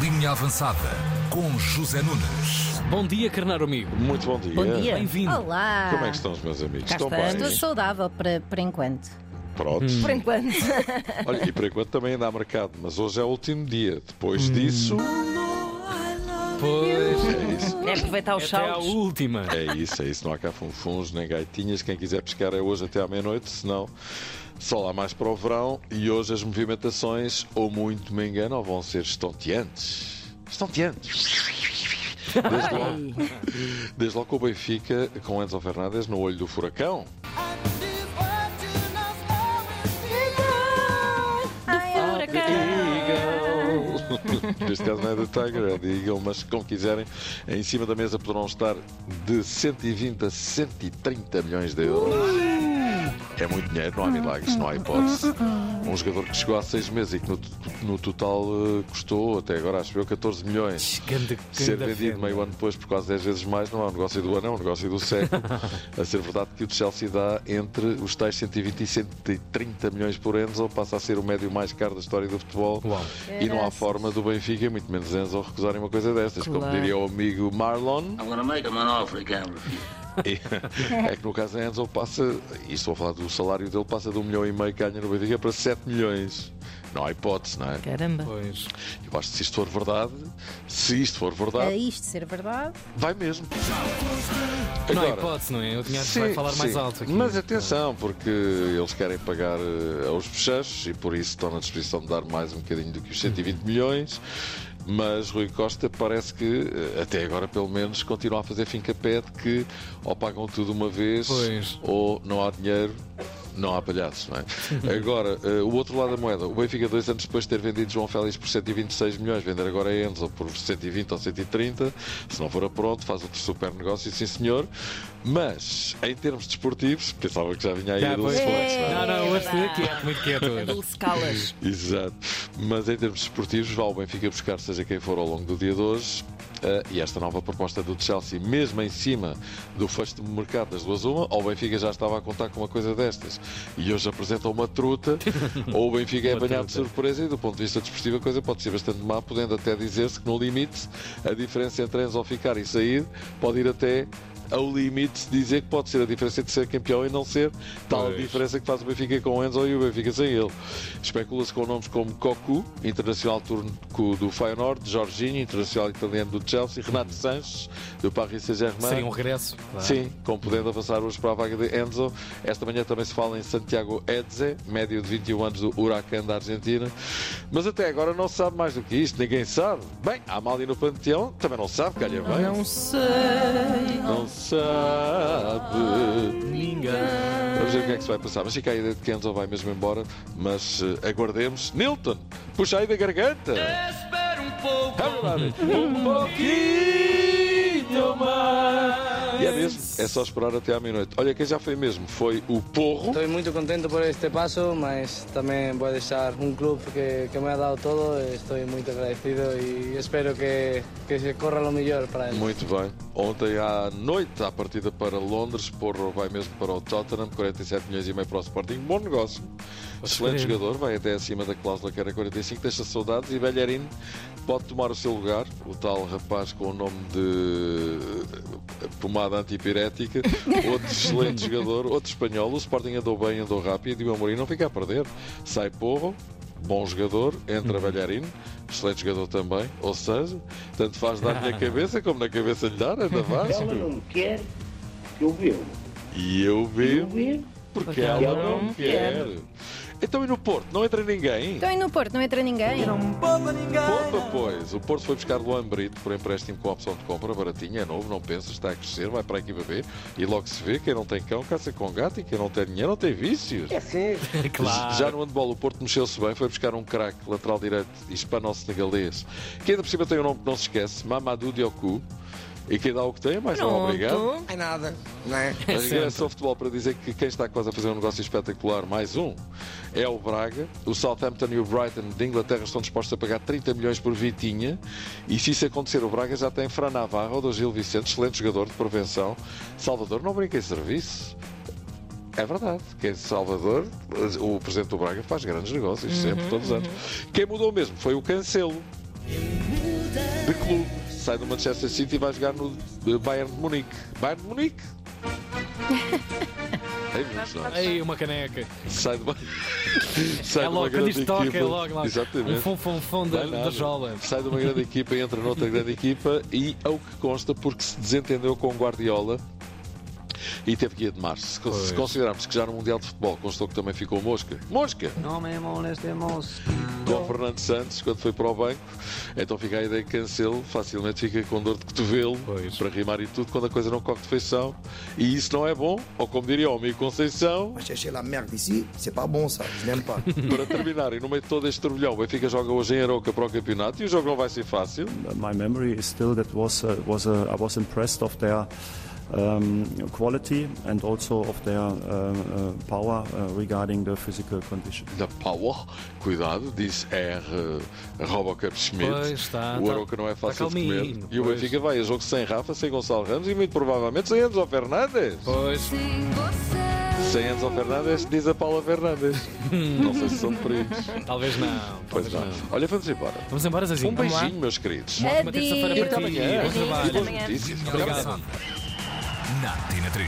Linha Avançada com José Nunes. Bom dia, carnaro amigo. Muito bom dia. Bom dia. Bem-vindo. Olá! Como é que estão os meus amigos? Cá estão estamos. Hum. Estou bem? saudável para, para enquanto. Prontos. Por enquanto. Olha, e por enquanto também ainda há mercado, mas hoje é o último dia. Depois Hum. disso, Pois, é isso. É aproveitar os até à saltos. última. É isso, é isso. Não há cá funfuns nem gaitinhas. Quem quiser pescar é hoje até à meia-noite, senão só lá mais para o verão. E hoje as movimentações, ou muito me engano, ou vão ser estonteantes. Estonteantes. Desde logo, desde logo com o Benfica, com Enzo Fernandes no olho do furacão. Eagle. Neste caso não é de Tiger, é de Eagle, mas como quiserem, em cima da mesa poderão estar de 120 a 130 milhões de euros. É muito dinheiro, não há milagres, não há hipótese. Um jogador que chegou há seis meses e que no, no total eh, custou, até agora acho eu, 14 milhões Ganda, ser ganda vendido fenda. meio ano depois por quase 10 vezes mais não é um negócio do ano, é um negócio do século. a ser verdade que o de Chelsea dá entre os tais 120 e 130 milhões por Enzo, passa a ser o médio mais caro da história do futebol. Uau. E não há forma do Benfica, e muito menos Enzo, recusarem uma coisa destas. Como Claro. diria o amigo Marlon, I'm going to make him an offer he can't refuse. é que no caso de Enzo passa, e estou a falar do salário dele, passa de 1 milhão e meio que ganha no Benfica para 7 milhões. Não há hipótese, não é? Caramba. Pois. Eu acho que se isto for verdade, se isto for A verdade, É isto ser verdade. vai mesmo. não há Agora- hipótese, não é? O dinheiro vai falar mais sim. alto aqui. Mas atenção, porque eles querem pagar eh, aos fecheiros e por isso estão na disposição de dar mais um bocadinho do que Hum. os 120 milhões. Mas Rui Costa parece que, eh, até agora pelo menos, continua a fazer fincapé de que ou pagam tudo uma vez Pois. ou não há dinheiro. Não há palhaços, não é? Agora, eh, o outro lado da moeda. O Benfica, dois anos depois de ter vendido João Félix por 126 milhões, vender agora a Enzo por 120 ou 130, se não for a pronto, faz outro super negócio, sim senhor. Mas, em termos desportivos, pensava que já vinha aí Já a Dulce foi. Flex, não é? Não, não, hoje é quieto, muito quieto hoje. Dulce Calas. Exato. Mas em termos desportivos, vá o Benfica buscar, seja quem for ao longo do dia de hoje. Ah, e esta nova proposta do Chelsea, mesmo em cima do fecho de mercado das duas uma, ou o Benfica já estava a contar com uma coisa destas e hoje apresenta uma truta, ou o Benfica é Uma apanhado de truta. surpresa e do ponto de vista desportivo a coisa pode ser bastante má, podendo até dizer-se que no limite a diferença entre Enzo ficar e sair pode ir até ao limite de dizer que pode ser a diferença entre ser campeão e não ser, tal a Pois. diferença que faz o Benfica com o Enzo e o Benfica sem ele. Especula-se com nomes como Cocu, internacional turco do Feyenoord, Jorginho, internacional italiano do Chelsea, Renato Sanches, do Paris Seria um Saint-Germain. regresso. claro. Sim, como podendo avançar hoje para a vaga de Enzo. Esta manhã também se fala em Santiago Edze, médio de 21 anos do Huracan da Argentina. Mas até agora não se sabe mais do que isto, ninguém sabe. Bem, há Mali no Panteão, também não sabe, calha bem. Não sei. não sabe. Ninguém. Vamos ver o que é que se vai passar. Mas fica a ideia de que Enzo vai mesmo embora. Mas eh, aguardemos. Nilton, puxa aí da garganta. Espera um pouco. um pouquinho mais. E é mesmo. É só esperar até à meia-noite. Olha, quem já foi mesmo foi o Porro. Estoy muy contento por este paso, mas también voy a dejar un club que, que me ha dado todo. Estoy muy agradecido y espero que, que se corra lo mejor para él. Muito bem. Ontem à noite, à partida para Londres, Porro vai mesmo para o Tottenham, 47 milhões e meio para o Sporting. Bom negócio. Excelente crer. jogador, vai até acima da cláusula que era 45, deixa saudades e Belharino pode tomar o seu lugar, o tal rapaz com o nome de eh, pomada antipirética, outro excelente jogador, outro espanhol, o Sporting andou bem, andou rápido e o Amorim não fica a perder. Sai Porro, bom jogador, entra Belharino, excelente jogador também, ou seja, tanto faz dar-lhe a cabeça como na cabeça lhe dar, ainda Ela Vasco. não quer, eu vejo. E eu Eu vi vejo. porque ela não quer. Então e no Porto? Não entra ninguém? Estou aí Então, no Porto, não entra ninguém. Porto, pois. O Porto foi buscar Luan Brito por empréstimo com opção de compra, baratinho, é novo, não pensas, está a crescer, vai para a equipa B e logo se vê, quem não tem cão caça com gato e quem não tem dinheiro não tem vícios. É Claro. Já no handball o Porto mexeu-se bem, foi buscar um craque lateral direito hispano-senegalês, que ainda por cima tem um nome que não se esquece, Mamadou Dioku, e quem dá o que tem é mais um obrigado. É nada, não é? Regresso ao Tá futebol para dizer que quem está quase a fazer um negócio espetacular, mais um, é o Braga. O Southampton e o Brighton de Inglaterra estão dispostos a pagar 30 milhões por Vitinha. E se isso acontecer, o Braga já tem Fran Navarro do Gil Vicente, excelente jogador de prevenção. Salvador não brinca em serviço. É verdade, que em Salvador o Uhum, presidente do Braga faz grandes negócios, sempre, todos os anos. Quem mudou mesmo foi o Cancelo. de clube. Sai do Manchester City e vai jogar no eh, Bayern de Munique. Bayern de Munique? É muito, não é? Ei, uma caneca. Sai de uma, sai É de uma logo, quando grande isto toca, equipa. é logo lá. Exatamente. Um fum-fum-fum Vai da, nada. da jola. Sai de uma grande equipa, entra noutra grande equipa e, ao que consta, porque se desentendeu com o Guardiola e teve que ir de março. Se, con- se considerarmos que já no Mundial de Futebol constou que também ficou Mosca. Mosca! No me molestemos. Com o Fernando Santos, quando foi para o banco, então fica a ideia que Cancelo facilmente fica com dor de cotovelo Pois. para rimar e tudo quando a coisa não corre de feição. E isso não é bom, ou como diria o amigo Conceição, Chercher la merde ici, c'est pas bon ça, je n'aime pas. Para terminar, e no meio de todo este turbilhão, o Benfica joga hoje em Aroca para o campeonato e o jogo não vai ser fácil. my memory is still that was uh, was uh, I was impressed of their um, quality and also of their uh, uh, power uh, regarding the physical condition. Da Paua, cuidado, disse R. eh, Robocop Schmidt. Pois, está, o está- Aroca não é está fácil de comer. calminho, E o pois. Benfica vai a jogo sem Rafa, sem Gonçalo Ramos e muito provavelmente sem Enzo Fernandes. Pois, Sem Enzo Fernandes, diz a Paula Fernandes. não sei se são perigos. talvez não. Pois Talvez não. não. Olha, vamos embora. Vamos embora, Zezinho. Um Vamos lá. beijinho, meus queridos. Uma terça-feira Adeus. para ti. Bom Adeus. trabalho. Boas notícias. Obrigado. Na Tina 3.